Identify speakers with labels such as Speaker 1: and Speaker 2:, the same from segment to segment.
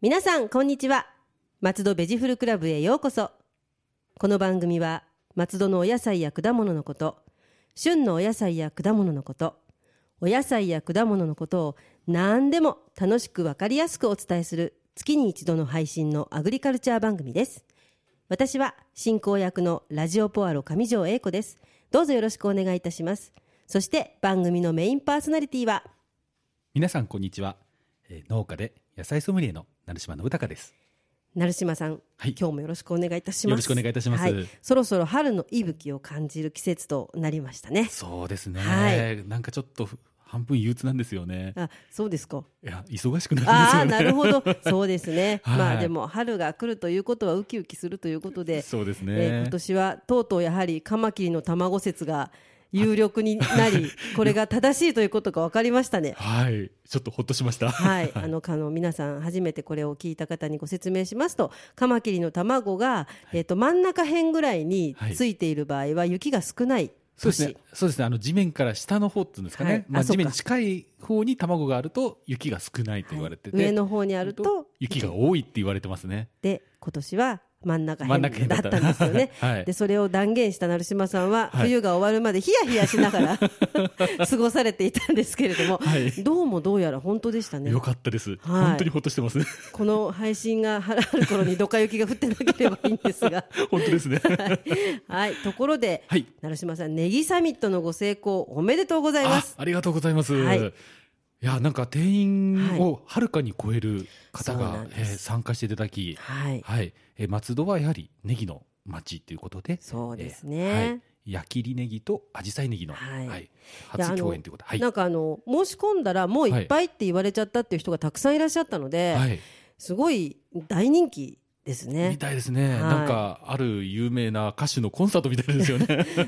Speaker 1: 皆さんこんにちは松戸ベジフルクラブへようこそこの番組は松戸のお野菜や果物のこと旬のお野菜や果物のことお野菜や果物のことを何でも楽しくわかりやすくお伝えする月に一度の配信のアグリカルチャー番組です私は進行役のラジオポアロ上条英子ですどうぞよろしくお願いいたしますそして番組のメインパーソナリティは
Speaker 2: 皆さんこんにちは、えー農家で野菜ソムリエの成島信孝です
Speaker 1: 成島さん、
Speaker 2: はい
Speaker 1: 今日もよろしくお願いいたします
Speaker 2: よろしくお願いいたします
Speaker 1: はい、そろそろ春の息吹を感じる季節となりましたね
Speaker 2: そうですね、
Speaker 1: は
Speaker 2: なんかちょっと半分憂鬱なんですよね
Speaker 1: あそうで すか
Speaker 2: いや忙しくな
Speaker 1: ああ
Speaker 2: るん
Speaker 1: ー
Speaker 2: ですよね
Speaker 1: なるほどそうで すね、
Speaker 2: はい
Speaker 1: まあでも春が来るということはウキウキするということで、
Speaker 2: そうですね、
Speaker 1: えー今年はとうとうやはりカマキリの卵説が有力にな りこれが正しいということが分かりましたね
Speaker 2: はいちょっとほっとしました
Speaker 1: はい、あの、あの、皆さん、初めてこれを聞いた方にご説明しますと、カマキリの卵が、えっ、と、真ん中辺ぐらいに
Speaker 2: はい
Speaker 1: ついている場合は、雪が少ない
Speaker 2: そう
Speaker 1: 年。
Speaker 2: ですねそうですねあの地面から下の方っていうんですかね、
Speaker 1: はい
Speaker 2: ま
Speaker 1: あ
Speaker 2: あ、
Speaker 1: そうか
Speaker 2: 地面に近い方に卵があると雪が少ないと言われてて、
Speaker 1: はい上の方にあると、
Speaker 2: 雪が多いって言われてますね
Speaker 1: で、今年は真ん中
Speaker 2: 真ん中
Speaker 1: 辺
Speaker 2: 辺
Speaker 1: だ
Speaker 2: だ
Speaker 1: っ
Speaker 2: った
Speaker 1: たんですよね。
Speaker 2: はい
Speaker 1: で、それを断言した成島さんは、
Speaker 2: はい
Speaker 1: 冬が終わるまでヒヤヒヤしな がら過ごされていたんですけれども、
Speaker 2: はい
Speaker 1: どうもどうやら本当でしたね
Speaker 2: よ。かったです、本当にほっとしてます
Speaker 1: この配信がある頃にドカ雪が降ってなければいいんで すが。
Speaker 2: 本当ですね
Speaker 1: はい、ところで、
Speaker 2: はい
Speaker 1: 成島さん、ネギサミットのご成功、おめでとうございま
Speaker 2: あ
Speaker 1: す。
Speaker 2: ありがとうございます。
Speaker 1: はい
Speaker 2: い、やなんか定員をはるかに超える方が、
Speaker 1: そうなん
Speaker 2: え
Speaker 1: です
Speaker 2: ー参加していただき、
Speaker 1: はい、
Speaker 2: はいえー松戸はやはりネギの町ということで、
Speaker 1: そうです
Speaker 2: えーは
Speaker 1: ね
Speaker 2: い。、焼きりネギと紫陽花ネギの、
Speaker 1: は
Speaker 2: はいい
Speaker 1: いやあの
Speaker 2: 初共演ということで、はい
Speaker 1: なんかあの申し込んだらもういっぱいって言われちゃったっていう人がたくさんいらっしゃったので、
Speaker 2: はい、
Speaker 1: すごい大人気ですね
Speaker 2: み。たいですね、
Speaker 1: はい
Speaker 2: なんかある有名な歌手のコンサートみたいですよ ね。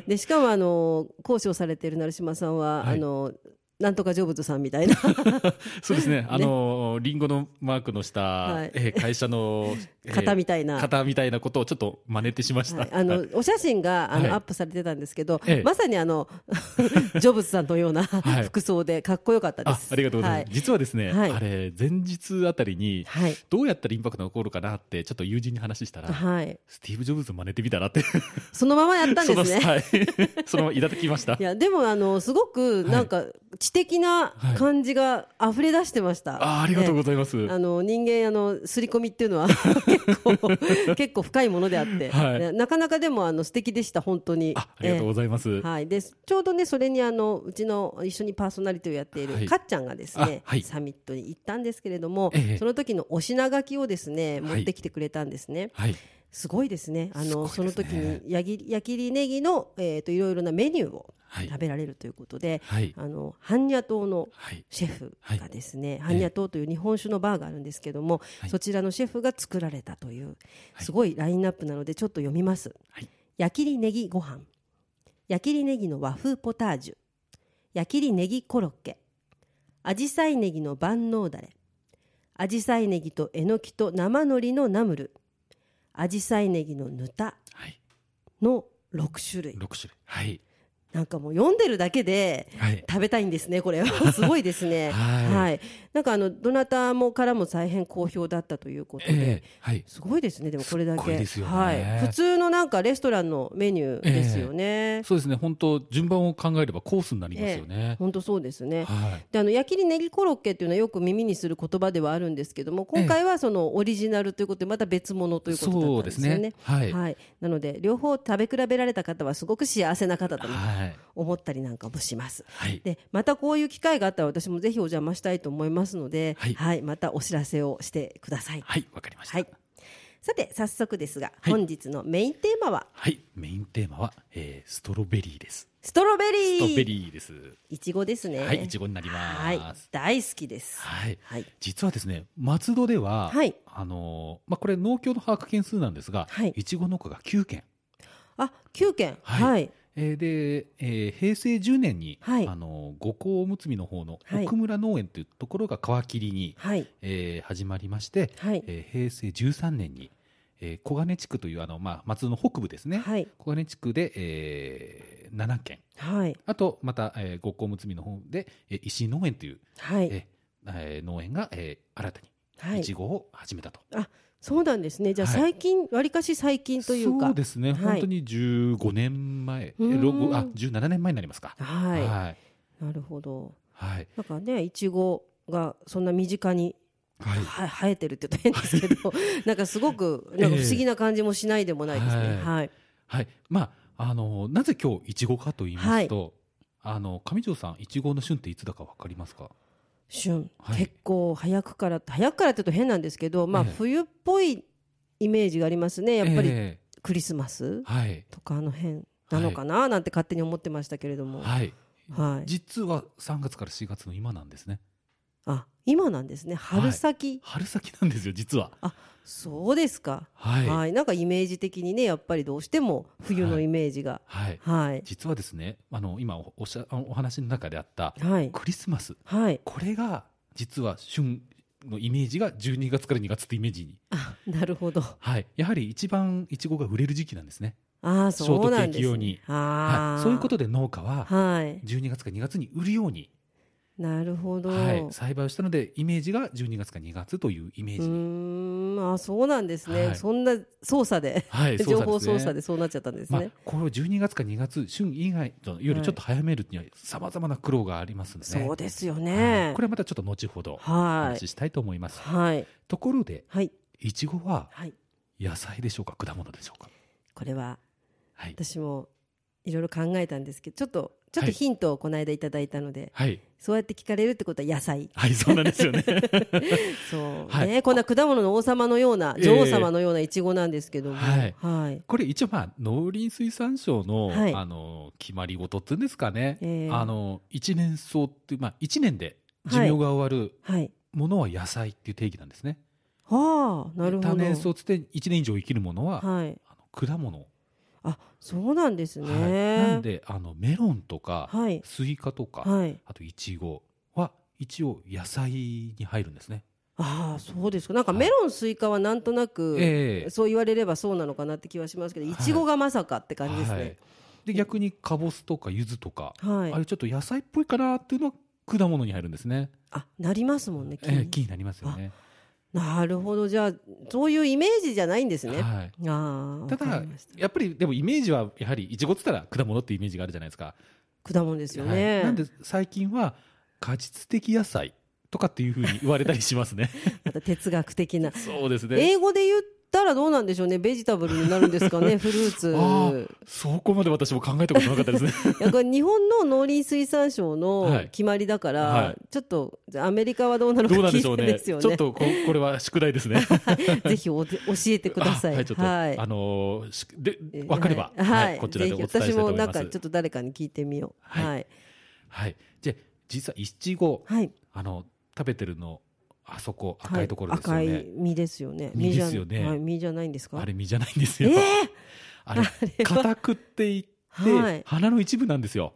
Speaker 1: でしかもあの講師をされている成島さんは、
Speaker 2: はい
Speaker 1: あのなんとか成仏さんみたいな
Speaker 2: そうですね。あのリンゴのマークの下、
Speaker 1: はい
Speaker 2: えー会社 の、 えー
Speaker 1: 方みたいな。
Speaker 2: 方みたいなことをちょっと真似てしました。
Speaker 1: はいあのお写真があの、
Speaker 2: はい
Speaker 1: アップされてたんですけど、
Speaker 2: ええ
Speaker 1: まさにあの ジョブズさんのような
Speaker 2: はい
Speaker 1: 服装でかっこよかったで
Speaker 2: あ
Speaker 1: す。
Speaker 2: ありがとうございます、
Speaker 1: は
Speaker 2: 実はですね、
Speaker 1: はい
Speaker 2: あれ前日あたりに
Speaker 1: はい
Speaker 2: どうやったらインパクトが起こるかなってちょっと友人に話したら、
Speaker 1: はい、
Speaker 2: スティーブ・ジョブズ真似てみたらって
Speaker 1: そのままやったんで
Speaker 2: その
Speaker 1: すね。
Speaker 2: はい そのままいただきました
Speaker 1: いやでもあのすごくなんか知的な感じが溢れ出してました。
Speaker 2: あありがとうございます、
Speaker 1: ねあの人間あの刷り込みっていうのは 結構結構深いものであって、
Speaker 2: はい
Speaker 1: ねなかなかでもあの素敵でした本当に。
Speaker 2: あありがとうございます、
Speaker 1: ええはい、でちょうどねそれにあのうちの一緒にパーソナリティをやっている、
Speaker 2: はい
Speaker 1: かっちゃんがですね、
Speaker 2: あはい
Speaker 1: サミットに行ったんですけれども、
Speaker 2: ええ
Speaker 1: その時のお品書きをですね
Speaker 2: はい
Speaker 1: 持ってきてくれたんですね。
Speaker 2: はい
Speaker 1: すごいですね。あの、
Speaker 2: す
Speaker 1: そ
Speaker 2: ごい
Speaker 1: の
Speaker 2: ですね
Speaker 1: 時に、やぎ、焼きりネギの、えっ、と、いろいろなメニューを
Speaker 2: はい
Speaker 1: 食べられるということで。
Speaker 2: はい
Speaker 1: あの、般若島の
Speaker 2: はい
Speaker 1: シェフがですね、
Speaker 2: い
Speaker 1: 般若島という日本酒のバーがあるんですけども。
Speaker 2: はい
Speaker 1: そちらのシェフが作られたという、
Speaker 2: はい
Speaker 1: すごいラインナップなので、ちょっと読みます。
Speaker 2: はい
Speaker 1: 焼きりネギご飯。焼きりネギの和風ポタージュ。焼きりネギコロッケ。アジサイネギの万能だれ。アジサイネギとえのきと生海苔のナムル。アジサイネギのぬた
Speaker 2: はい
Speaker 1: の6種類。
Speaker 2: 六種類はい
Speaker 1: なんかもう読んでるだけで
Speaker 2: はい
Speaker 1: 食べたいんですね、これ は。すごいですね。
Speaker 2: はい
Speaker 1: はい。なんかあの、どなたもからも大変好評だったということで。
Speaker 2: ええはい
Speaker 1: すごいですね、でもこれだけ。
Speaker 2: すっごいですよね
Speaker 1: はい。普通のなんかレストランのメニューですよね。
Speaker 2: そうですね本当順番を考えればコースになりますよね、
Speaker 1: 本当そうですね。
Speaker 2: はい
Speaker 1: であの焼きりネギコロッケっていうのはよく耳にする言葉ではあるんですけども今回はそのオリジナルということでまた別物ということだったんです
Speaker 2: そ
Speaker 1: よね。
Speaker 2: うですねはい
Speaker 1: なので両方食べ比べられた方はすごく幸せな方だと
Speaker 2: はい
Speaker 1: 思ったりなんかもします。
Speaker 2: はい
Speaker 1: でまたこういう機会があったら私もぜひお邪魔したいと思いますので、
Speaker 2: はい
Speaker 1: またお知らせをしてください。
Speaker 2: はいわかりました、
Speaker 1: はい、さて早速ですが、
Speaker 2: はい
Speaker 1: 本日のメインテーマは
Speaker 2: はいメインテーマは、えーストロベリーです
Speaker 1: ストロベリー
Speaker 2: ストロベリーです
Speaker 1: いちごですね
Speaker 2: はいいちごになります
Speaker 1: はい大好きです
Speaker 2: はい
Speaker 1: はい
Speaker 2: 実はですね松戸では、
Speaker 1: はい
Speaker 2: あのーまあ、これ農協の把握件数なんですが、
Speaker 1: はい
Speaker 2: ちご農家が9件、
Speaker 1: あ9件
Speaker 2: はい
Speaker 1: はい
Speaker 2: えーで、えー平成10年に、
Speaker 1: はい
Speaker 2: あのー五甲おむつみの方の
Speaker 1: はい
Speaker 2: 奥村農園というところが皮切りに、
Speaker 1: はい
Speaker 2: えー始まりまして、
Speaker 1: はい
Speaker 2: えー平成13年に、えー小金地区というあの、まあ、松戸の北部ですね、
Speaker 1: はい
Speaker 2: 小金地区で、えー7軒
Speaker 1: はい
Speaker 2: あとまた、えー、五甲睦の方で、えー石井農園という、
Speaker 1: はい
Speaker 2: えーえー農園が、えー新た
Speaker 1: は
Speaker 2: に
Speaker 1: い
Speaker 2: いちごを始めたと、
Speaker 1: そうなんですねじゃあ
Speaker 2: はい
Speaker 1: 最近わり、かし最近というか
Speaker 2: そうですね、
Speaker 1: は
Speaker 2: 本
Speaker 1: い
Speaker 2: 当に15年前、え
Speaker 1: うーん
Speaker 2: ろごあ17年前になりますか。
Speaker 1: はい、
Speaker 2: はい
Speaker 1: なるほど
Speaker 2: はい
Speaker 1: なんかねいちごがそんな身近に
Speaker 2: はい
Speaker 1: は生えてるって言ったら変ですけ どなんかすごくなんか不思議な感じもしないでもないですね、
Speaker 2: ええ
Speaker 1: はい
Speaker 2: はいまああのなぜ今日いちごかと言いますと、あの上条さんいちごの旬っていつだかわかりますか
Speaker 1: 旬、
Speaker 2: はい
Speaker 1: 結構早くから早くからって言うと変なんですけど、まあ、
Speaker 2: ええ
Speaker 1: 冬っぽいイメージがありますねやっぱり
Speaker 2: え
Speaker 1: クリスマス
Speaker 2: えはい
Speaker 1: とかあの辺なのかななんて勝手に思ってましたけれども、はい
Speaker 2: はい実は3月から4月の今なんですね
Speaker 1: あ今なんですね春先、
Speaker 2: 春先なんですよ実は
Speaker 1: そうですか、
Speaker 2: はい
Speaker 1: は
Speaker 2: はい、
Speaker 1: いなんかイメージ的にねやっぱりどうしても冬のイメージがはい
Speaker 2: 実はですねあの今おおっしゃあのお話の中であった
Speaker 1: はい
Speaker 2: クリスマス
Speaker 1: はい
Speaker 2: これが実は旬のイメージが12月から2月ってイメージに、
Speaker 1: あなるほど
Speaker 2: はい、やはり一番いちごが売れる時期なんですね、
Speaker 1: ああそうなん
Speaker 2: ショートケ
Speaker 1: です、ね、
Speaker 2: ーキ用に
Speaker 1: ああ、
Speaker 2: はい、そういうことで農家は
Speaker 1: はい
Speaker 2: 12月か2月に売るように、
Speaker 1: なるほど、
Speaker 2: はい、
Speaker 1: う
Speaker 2: 栽培をしたのでイメージが12月か2月というイメージ
Speaker 1: ー
Speaker 2: に、
Speaker 1: んあそうなんですね、
Speaker 2: はい
Speaker 1: そんな操作で
Speaker 2: はい、
Speaker 1: 情報操
Speaker 2: ね
Speaker 1: 作でそうなっちゃったんです
Speaker 2: まあ
Speaker 1: ね、、
Speaker 2: これを12月か2月旬以外のよりちょっと早めるにはさまざまな苦労がありますので、
Speaker 1: そうですよ
Speaker 2: はい
Speaker 1: ね
Speaker 2: これはまたちょっと後ほどお
Speaker 1: は
Speaker 2: 話
Speaker 1: い
Speaker 2: ししたいと思います、
Speaker 1: はい
Speaker 2: ところで
Speaker 1: はい
Speaker 2: いちごは
Speaker 1: はい
Speaker 2: 野菜でしょうか果物でしょうか
Speaker 1: これは
Speaker 2: はい、
Speaker 1: 私もいろいろ考えたんですけどちょっとちょっ
Speaker 2: は
Speaker 1: と
Speaker 2: い
Speaker 1: ヒントをこの間いただいたので、
Speaker 2: はい
Speaker 1: そうやって聞かれるってことは野菜
Speaker 2: はい、そうなんですよね。
Speaker 1: そう、
Speaker 2: はい
Speaker 1: ねこんな果物の王様のような
Speaker 2: ええ
Speaker 1: 女王様のようなイチゴなんですけども、
Speaker 2: はい
Speaker 1: はい
Speaker 2: これ一応まあ農林水産省の、
Speaker 1: はい
Speaker 2: あの決まり事っていうんですかね。
Speaker 1: ええ
Speaker 2: あの一年草っていうまあ一年で寿
Speaker 1: はい
Speaker 2: 命が終わる
Speaker 1: はい
Speaker 2: ものは野菜っていう定義なんですね。
Speaker 1: はあなるほど
Speaker 2: 多年草っつって一年以上生きるものは、
Speaker 1: はい
Speaker 2: あの果物。
Speaker 1: あそうなんですね、
Speaker 2: はい、なんであのメロンとか、
Speaker 1: はい
Speaker 2: スイカとか、
Speaker 1: はい
Speaker 2: あとイチゴは一応野菜に入るんですね。
Speaker 1: ああそうですかなんか
Speaker 2: はい
Speaker 1: メロン、スイカはなんとなく、
Speaker 2: ええ
Speaker 1: そう言われればそうなのかなって気はしますけど
Speaker 2: はい
Speaker 1: いちごがまさかって感じです
Speaker 2: はい
Speaker 1: ね。
Speaker 2: で逆にかぼすとか柚子とか、
Speaker 1: はい、
Speaker 2: あれちょっと野菜っぽいかなっていうのは果物に入るんですね。
Speaker 1: あなりますもんね、
Speaker 2: ええ、気になりますよね。
Speaker 1: なるほどじゃあそういうイメージじゃないんですね、
Speaker 2: はい。
Speaker 1: ああ
Speaker 2: た
Speaker 1: わか
Speaker 2: だ
Speaker 1: りました
Speaker 2: やっぱりでもイメージはやはりいちごっつったら果物ってイメージがあるじゃないですか。
Speaker 1: 果物ですよね、
Speaker 2: はいなんで最近は果実的野菜とかっていうふうに言われたりしますね。
Speaker 1: また哲学的 な
Speaker 2: そうですね。
Speaker 1: 英語で言ったらどうなんでしょうねベジタブルになるんです かねフルー
Speaker 2: あ
Speaker 1: ツ
Speaker 2: そこまで私も考えたことなかった ですね。
Speaker 1: いやこれ日本の農林水産省
Speaker 2: は
Speaker 1: の
Speaker 2: い
Speaker 1: 決まりだから、
Speaker 2: はい
Speaker 1: ちょっとじゃあアメリカはどうなのか
Speaker 2: どうなん
Speaker 1: 聞
Speaker 2: で
Speaker 1: い
Speaker 2: しょ
Speaker 1: て
Speaker 2: う
Speaker 1: で
Speaker 2: ね。
Speaker 1: す
Speaker 2: ちょ
Speaker 1: よ
Speaker 2: っ
Speaker 1: ね
Speaker 2: とここれは宿題ですね。
Speaker 1: ぜひおて教えてください
Speaker 2: あ はい、ちょっと、
Speaker 1: はい
Speaker 2: あのーしで
Speaker 1: え
Speaker 2: わかれば、
Speaker 1: はい
Speaker 2: はい、こちらでお伝えしたい
Speaker 1: ぜひ私
Speaker 2: と
Speaker 1: も
Speaker 2: 思い
Speaker 1: なん
Speaker 2: ます
Speaker 1: かちょ。っと誰かに聞いてみよう
Speaker 2: はい
Speaker 1: はい
Speaker 2: はい。じゃあ実はイチゴ
Speaker 1: はい
Speaker 2: あの食べてるのあそこ
Speaker 1: はい
Speaker 2: 赤いところですよね。
Speaker 1: 赤い実ですよね
Speaker 2: 実ですよね
Speaker 1: 実じゃはい実じゃないんですか
Speaker 2: あれ実じゃないんです
Speaker 1: え
Speaker 2: よ。
Speaker 1: ー
Speaker 2: あ れ固くっていって、
Speaker 1: はい
Speaker 2: 花の一部なんですよ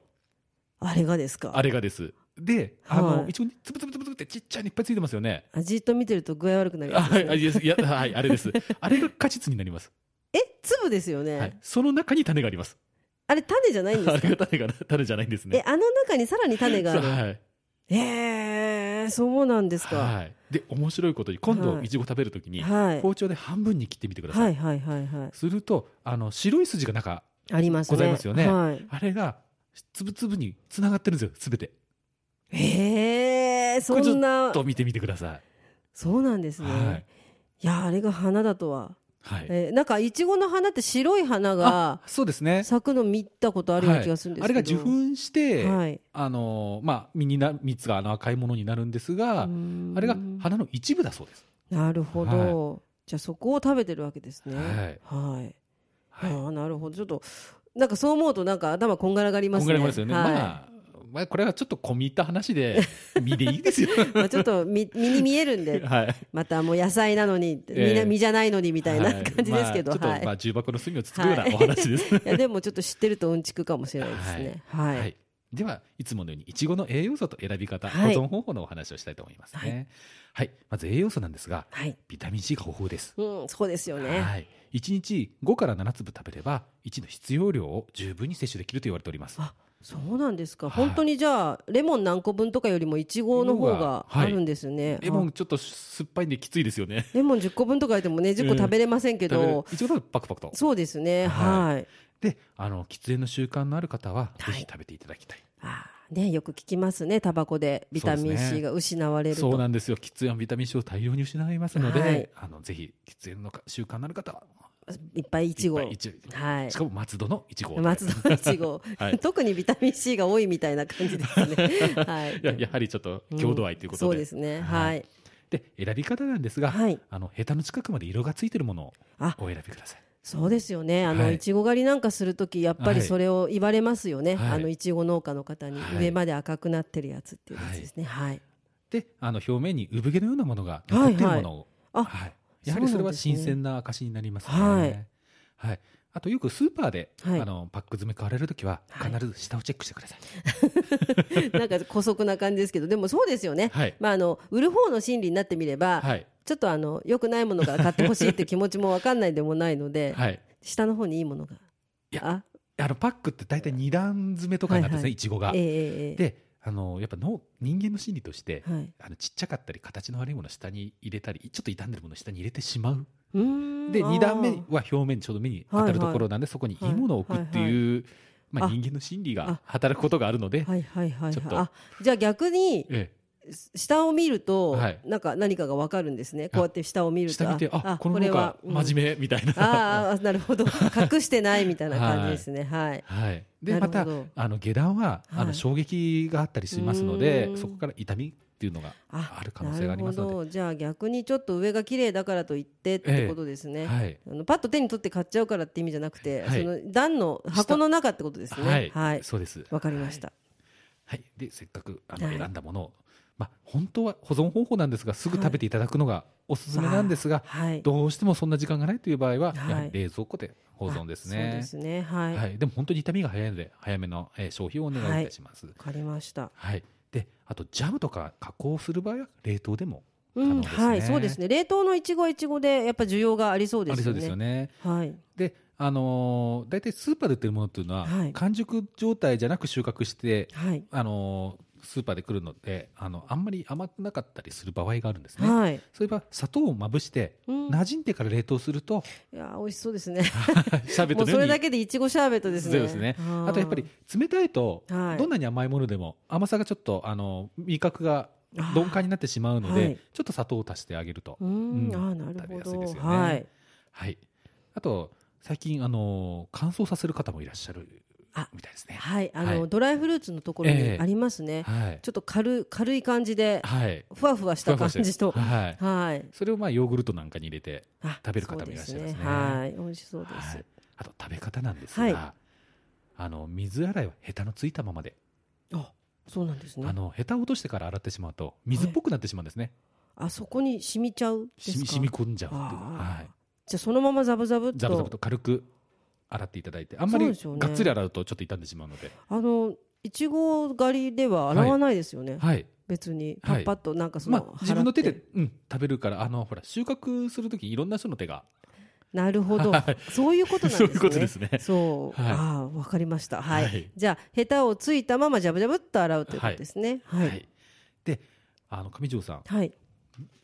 Speaker 1: あれがですか
Speaker 2: あれがですで
Speaker 1: はい
Speaker 2: あの、一応つぶつぶつぶつぶってちっちゃいのいっぱいついてますよね
Speaker 1: あじっと見てると具合悪くなります
Speaker 2: は
Speaker 1: ね
Speaker 2: いあいやいやはいあれですあれが果実になります、
Speaker 1: え粒ですよね、
Speaker 2: はい、その中に種があります
Speaker 1: あれ種じゃないんです
Speaker 2: あ
Speaker 1: か
Speaker 2: れが種が種じゃないんです
Speaker 1: え
Speaker 2: ね
Speaker 1: あの中にさらに種がある
Speaker 2: はい
Speaker 1: えー、そうなんですか、は
Speaker 2: はいで面白いことに今度
Speaker 1: はい
Speaker 2: いちご食べるとき
Speaker 1: い、
Speaker 2: に
Speaker 1: はい
Speaker 2: 包丁で半分に切ってみてください、
Speaker 1: はいはいはい
Speaker 2: するとあの白い筋が中
Speaker 1: ありますね
Speaker 2: ございますよね
Speaker 1: はい、
Speaker 2: あれがつぶつぶにつながってるんですよすべて
Speaker 1: えー、そんな
Speaker 2: と見てみてくださ
Speaker 1: そうなんです
Speaker 2: い
Speaker 1: ね、
Speaker 2: はい
Speaker 1: い、やあれが花だとは、
Speaker 2: はい、
Speaker 1: えーなんかいちごの花って白い花が
Speaker 2: そうですね
Speaker 1: 咲くの見たことあるような気がするんです
Speaker 2: あ
Speaker 1: け
Speaker 2: れ
Speaker 1: ど、
Speaker 2: が受粉して、
Speaker 1: はい
Speaker 2: あのーまあ、実にな蜜があの赤いものになるんですが、
Speaker 1: うーん
Speaker 2: あれが花の一部だそうです。
Speaker 1: なるほど、じゃあそこを食べてるわけですね
Speaker 2: はい
Speaker 1: はい
Speaker 2: はい、
Speaker 1: ああなるほどちょっとなんかそう思うとなんか頭こんがらがり
Speaker 2: こ
Speaker 1: ま
Speaker 2: ん
Speaker 1: す
Speaker 2: ぐ
Speaker 1: ね
Speaker 2: らいもですよね。
Speaker 1: はい
Speaker 2: まあ、まあ、これはちょっと込み入った話で、身でいいですよ。
Speaker 1: まあちょっと身身に見えるんで
Speaker 2: はい、
Speaker 1: またもう野菜なのに、
Speaker 2: え
Speaker 1: みな
Speaker 2: え
Speaker 1: 身じゃないのにみたいな
Speaker 2: は
Speaker 1: 感じですけど、
Speaker 2: まあ、ちょっ
Speaker 1: は
Speaker 2: と、ま
Speaker 1: い
Speaker 2: あ、重箱の隅をつくようなお話です。
Speaker 1: いやでもちょっと知ってるとうんちくかもしれないですね。はい、
Speaker 2: はい、ではいつものようにいちごの栄養素と選び方、
Speaker 1: はい
Speaker 2: 保存方法のお話をしたいと思いますね、はいまず栄養素なんですが
Speaker 1: はい。
Speaker 2: ビタミン C が豊富です、
Speaker 1: うん、そうですよね。
Speaker 2: はい1日5から7粒食べれば1の必要量を十分に摂取できると言われております
Speaker 1: あそうなんですか。
Speaker 2: はい
Speaker 1: 本当にじゃあ、レモン何個分とかよりもいちごの方が
Speaker 2: は
Speaker 1: あ
Speaker 2: い
Speaker 1: るんですね。
Speaker 2: レモ
Speaker 1: あ
Speaker 2: ンちょっと酸っぱいんできついですよね
Speaker 1: レモン10個分とか言ってもね、10個食べれませんけ
Speaker 2: いちご
Speaker 1: ど、
Speaker 2: だとパクパクと
Speaker 1: そうですね。
Speaker 2: は
Speaker 1: はい。
Speaker 2: であの喫煙の習慣のある方はぜ
Speaker 1: はい
Speaker 2: ひ食べていただきたい、
Speaker 1: あーね、よく聞きますね。タバコでビタミン
Speaker 2: そうです
Speaker 1: C
Speaker 2: ね
Speaker 1: が失われると。
Speaker 2: そうなんですよ喫煙はビタミン C を大量に失いますので、
Speaker 1: はい
Speaker 2: あのぜひ喫煙の習慣のある方はい
Speaker 1: っぱいいちご。
Speaker 2: いっぱいいちご
Speaker 1: はい
Speaker 2: し。かも松戸のいちごを
Speaker 1: 松戸のいちご、
Speaker 2: はい
Speaker 1: 特にビタミン C が多いみたいな感じですね。 はい。
Speaker 2: ややはりちょっと郷土愛ということで、
Speaker 1: そうですね。はい。
Speaker 2: で選び方なんですが、
Speaker 1: はい
Speaker 2: あのヘタの近くまで色がついてるものを
Speaker 1: あ
Speaker 2: お選びください
Speaker 1: そうですよね。あの、、
Speaker 2: はいい
Speaker 1: ちご狩りなんかするとき、やっぱ
Speaker 2: は
Speaker 1: り
Speaker 2: い
Speaker 1: それを言われますよね。
Speaker 2: はい
Speaker 1: あの、いちご農家の方に、
Speaker 2: はい
Speaker 1: 上まで赤くなってるやつっていうやつですね。はい。
Speaker 2: であの表面に産毛のようなものが残っているものを、
Speaker 1: あ、
Speaker 2: はいやはりそれは
Speaker 1: そうなん
Speaker 2: 新
Speaker 1: ですね
Speaker 2: 鮮な証になりますね
Speaker 1: はい
Speaker 2: はいあとよくスーパーで、
Speaker 1: はい
Speaker 2: あのパック詰め買われるときは
Speaker 1: はい
Speaker 2: 必ず下をチェックしてください、
Speaker 1: なんか姑息な感じですけど、でもそうですよね。
Speaker 2: はい
Speaker 1: まあ、あの、売る方の心理になってみれば、
Speaker 2: はい
Speaker 1: ちょっとあの、良くないものから買ってほしいって気持ちもわかんないでもないので、
Speaker 2: はい、
Speaker 1: 下の方にいいものが。
Speaker 2: いや
Speaker 1: あ、
Speaker 2: あのパックって大体2段詰めとかになってるんです
Speaker 1: はいは
Speaker 2: ね、
Speaker 1: い
Speaker 2: いちごが。
Speaker 1: えええええ
Speaker 2: であのやっぱの人間の心理として、
Speaker 1: えはい。
Speaker 2: あのちっちゃかったり形の悪いものを下に入れたりちょっと傷んでるものを下に入れてしまう
Speaker 1: うーん
Speaker 2: で
Speaker 1: あー
Speaker 2: 2段目は表面ちょうど目に当たるところなんで、そこにいいものを置くっていう、
Speaker 1: い
Speaker 2: まあ、
Speaker 1: あ
Speaker 2: 人間の心理
Speaker 1: あ
Speaker 2: が働くことがあるので、
Speaker 1: はいはいはい
Speaker 2: ちょっ
Speaker 1: はい。
Speaker 2: と
Speaker 1: あ、じゃあ逆に、
Speaker 2: え
Speaker 1: 下を見ると、
Speaker 2: はい
Speaker 1: なんか何かがわかるんですね。こうやって下を見
Speaker 2: え、
Speaker 1: ると。
Speaker 2: 下見てあこの
Speaker 1: れ
Speaker 2: 方
Speaker 1: は
Speaker 2: が
Speaker 1: うん
Speaker 2: 真面目みたいな、
Speaker 1: あーあー、なる ほど。隠してないみたいな感じですね。はい。
Speaker 2: はい、で
Speaker 1: な
Speaker 2: ま
Speaker 1: るほ
Speaker 2: た
Speaker 1: ど
Speaker 2: あの下段は、あ
Speaker 1: はい
Speaker 2: の衝撃があったりしますので
Speaker 1: うーん
Speaker 2: そこから痛みっていうのがある可能性があります
Speaker 1: なる
Speaker 2: の
Speaker 1: ほどじゃあ逆にちょっと上が綺麗だからといってってことです
Speaker 2: で、
Speaker 1: ね。
Speaker 2: はい
Speaker 1: あのパッと手に取って買っちゃうからって意味じゃなくて、
Speaker 2: はい
Speaker 1: その段の箱の中ってことですね。
Speaker 2: はい、
Speaker 1: はい。
Speaker 2: そうです
Speaker 1: わかりました。
Speaker 2: はい、でせっかくあの
Speaker 1: はい
Speaker 2: 選んだものを、まあ、本当は保存方法なんですがすぐ食べていただくのがおすすめなんですが、
Speaker 1: はい。
Speaker 2: どうしてもそんな時間がないという場合は、
Speaker 1: はい
Speaker 2: やはり冷蔵庫で保存です
Speaker 1: あそう
Speaker 2: ね
Speaker 1: で。すね。はい。わ、
Speaker 2: はい、でも本当に痛みが早いので早めの、えー消費をお願いいたします。はい
Speaker 1: かりました。
Speaker 2: であとジャムとか加工する場合は冷凍でも
Speaker 1: う
Speaker 2: 可
Speaker 1: ん、
Speaker 2: 能ですね
Speaker 1: はい、そうですね。冷凍のいちごはいちごで、やっぱ需要がありそうで
Speaker 2: あり
Speaker 1: す
Speaker 2: そ
Speaker 1: よ
Speaker 2: うで
Speaker 1: ね。
Speaker 2: すよね。
Speaker 1: はい。
Speaker 2: で、あのー大体スーパーで売ってるものっていうのは、
Speaker 1: はい
Speaker 2: 完熟状態じゃなく収穫して、
Speaker 1: はい。
Speaker 2: あのースーパーで来るのであのあんまり甘くなかったりする場合があるんですね。
Speaker 1: はい。
Speaker 2: そういえば砂糖をまぶして
Speaker 1: うん、い
Speaker 2: 馴染んでから冷凍する と、
Speaker 1: や、美味しそうですね。
Speaker 2: シャーベット
Speaker 1: も
Speaker 2: の
Speaker 1: うそ
Speaker 2: よう
Speaker 1: れ
Speaker 2: に
Speaker 1: だけでいちごシャーベットですね。
Speaker 2: そうですねあとやっぱり冷たいと、
Speaker 1: はい
Speaker 2: どんなに甘いものでも甘さがちょっとあの味覚が鈍感になってしまうので、
Speaker 1: あーはい
Speaker 2: ちょっと砂糖を足してあげると、
Speaker 1: あー。うん、
Speaker 2: うん
Speaker 1: あーなる
Speaker 2: 食べ
Speaker 1: ほ
Speaker 2: やすい
Speaker 1: ど。
Speaker 2: ですよね
Speaker 1: はい。
Speaker 2: はい、あと最近あの乾燥させる方もいらっしゃる
Speaker 1: あ
Speaker 2: みたいですね。
Speaker 1: はい、あの、
Speaker 2: は
Speaker 1: ドライフルーツのところ
Speaker 2: え
Speaker 1: に
Speaker 2: え
Speaker 1: ありますね。
Speaker 2: はい
Speaker 1: ちょっと軽い軽い感じで、
Speaker 2: はい、
Speaker 1: ふわふわした感じと。
Speaker 2: ふわふわしてるはい、
Speaker 1: はい。
Speaker 2: それをまあヨーグルトなんかに入れて、
Speaker 1: あ
Speaker 2: 食べる方もいらっしゃいますね
Speaker 1: そうではい、美味しそうで
Speaker 2: は
Speaker 1: す
Speaker 2: い。、あと食べ方なんですが、
Speaker 1: は
Speaker 2: あの水洗いはヘタのついたままで、
Speaker 1: あ、そうなんですね
Speaker 2: あ。のヘタを落としてから洗ってしまうと水っぽくなってしまうんですね、
Speaker 1: あそこに染みちゃうです
Speaker 2: 染
Speaker 1: か。
Speaker 2: み染み込んじゃうっていう、
Speaker 1: あ
Speaker 2: は
Speaker 1: ー
Speaker 2: い、
Speaker 1: じゃあそのままザブザブっと
Speaker 2: ザブザブと軽く洗っていただいてあんまり
Speaker 1: そう
Speaker 2: が
Speaker 1: ですよね
Speaker 2: っつり洗うとちょっと傷んでしまうので
Speaker 1: あのいちご狩りでは洗わないですよね、
Speaker 2: はい
Speaker 1: 別にパ
Speaker 2: はい
Speaker 1: ッパッとなんかその、
Speaker 2: まあ自分の手で、うん、食べるからあのほら収穫するときいろんな人の手が
Speaker 1: なるほど、
Speaker 2: はい
Speaker 1: そういうことなんです
Speaker 2: そう
Speaker 1: ね
Speaker 2: いうことですね
Speaker 1: そう
Speaker 2: はい
Speaker 1: ああわかりましたはい、
Speaker 2: はい
Speaker 1: じゃあヘタをついたままジャブジャブっと洗うということですねは
Speaker 2: はいい、
Speaker 1: はい、
Speaker 2: であの上条さん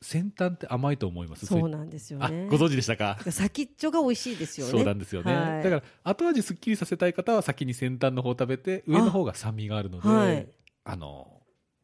Speaker 2: 先端って甘いと思います
Speaker 1: そうなんですよ
Speaker 2: あ
Speaker 1: ね
Speaker 2: ご存知でしたか
Speaker 1: 先っちょが美味しいですよね
Speaker 2: そうなんですよね、
Speaker 1: はい
Speaker 2: だから後味すっきりさせたい方は先に先端の方を食べて上の方が酸味があるのであ,、
Speaker 1: はい
Speaker 2: の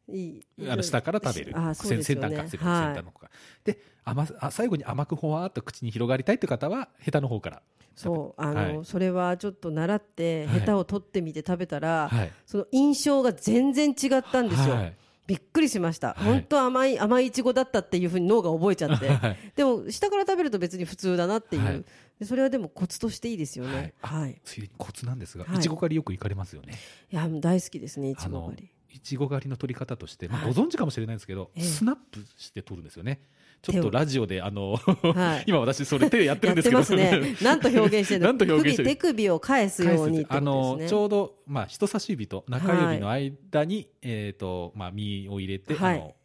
Speaker 1: いい
Speaker 2: あの下から食べる
Speaker 1: あそうです
Speaker 2: 先
Speaker 1: よね
Speaker 2: 端か先端
Speaker 1: はい
Speaker 2: の方かで甘すあ最後に甘くほわーっと口に広がりたいという方はヘタの方から
Speaker 1: そうあの、
Speaker 2: はい
Speaker 1: それはちょっと習って
Speaker 2: はい
Speaker 1: ヘタを取ってみて食べたら、
Speaker 2: はい
Speaker 1: その印象が全然違ったんですよ、
Speaker 2: はい
Speaker 1: びっくりしまし
Speaker 2: は
Speaker 1: た、
Speaker 2: い
Speaker 1: 本当甘い甘いイチゴだったっていうふうに脳が覚えちゃって
Speaker 2: はい
Speaker 1: でも下から食べると別に普通だなっていう、
Speaker 2: はい
Speaker 1: でそれはでもコツとしていいですよねはい、
Speaker 2: ついでにコツなんですが、
Speaker 1: はい
Speaker 2: いちご狩りよく行かれますよね。
Speaker 1: いやもう大好きですねいち
Speaker 2: あ
Speaker 1: ご
Speaker 2: の
Speaker 1: 狩り
Speaker 2: いちご狩りの取り方として、まあ、
Speaker 1: は
Speaker 2: ご
Speaker 1: い
Speaker 2: 存知かもしれないんですけど、
Speaker 1: ええ
Speaker 2: スナップして取るんですよねちょっ
Speaker 1: 手を
Speaker 2: とラジオであの、
Speaker 1: はい
Speaker 2: 今私それ手でやってる
Speaker 1: や
Speaker 2: んで
Speaker 1: っ
Speaker 2: す
Speaker 1: て
Speaker 2: けど。
Speaker 1: ますね なんと表現してるの。
Speaker 2: なんと表現してる
Speaker 1: 首手首を返すようにって
Speaker 2: あ
Speaker 1: こと
Speaker 2: の
Speaker 1: です
Speaker 2: ち
Speaker 1: ね。
Speaker 2: ょうど、まあ、人差し指と中指の間に、えーとまあ、身を入れて、
Speaker 1: はい
Speaker 2: あの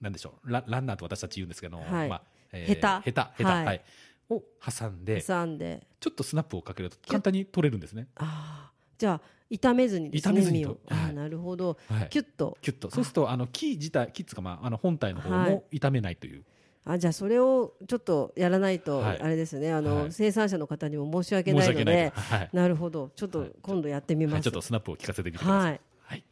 Speaker 2: なんでしょうラランナーと私たち言うんですけど、
Speaker 1: はい
Speaker 2: まあえ
Speaker 1: ヘタ
Speaker 2: ヘタヘタ、
Speaker 1: はい
Speaker 2: はいを挟んで
Speaker 1: 挟んで、
Speaker 2: ちょっとスナップをかけると簡単に取れるんですね、
Speaker 1: ああ、じゃあ炒めずにですね。
Speaker 2: 炒めずにと
Speaker 1: 身をあ
Speaker 2: は
Speaker 1: あ、
Speaker 2: い
Speaker 1: なるほど。
Speaker 2: はい、
Speaker 1: キュッと。
Speaker 2: キュッとそうするとあの木自体木っつうか、まあ、あの本体の方
Speaker 1: はい
Speaker 2: も傷めないという、
Speaker 1: あ、じゃあそれをちょっとやらないと
Speaker 2: は
Speaker 1: あ
Speaker 2: い
Speaker 1: れですね。あ
Speaker 2: は
Speaker 1: の
Speaker 2: い
Speaker 1: 生産者の方にも申し訳
Speaker 2: 申
Speaker 1: な
Speaker 2: し
Speaker 1: い
Speaker 2: 訳な
Speaker 1: の
Speaker 2: い
Speaker 1: で
Speaker 2: けど、。はい
Speaker 1: なるほど。ちょっと今度やってみ
Speaker 2: は
Speaker 1: ま
Speaker 2: い、ち
Speaker 1: す
Speaker 2: ょっ。とスナップを聞かせてみてください、
Speaker 1: は
Speaker 2: はい
Speaker 1: い。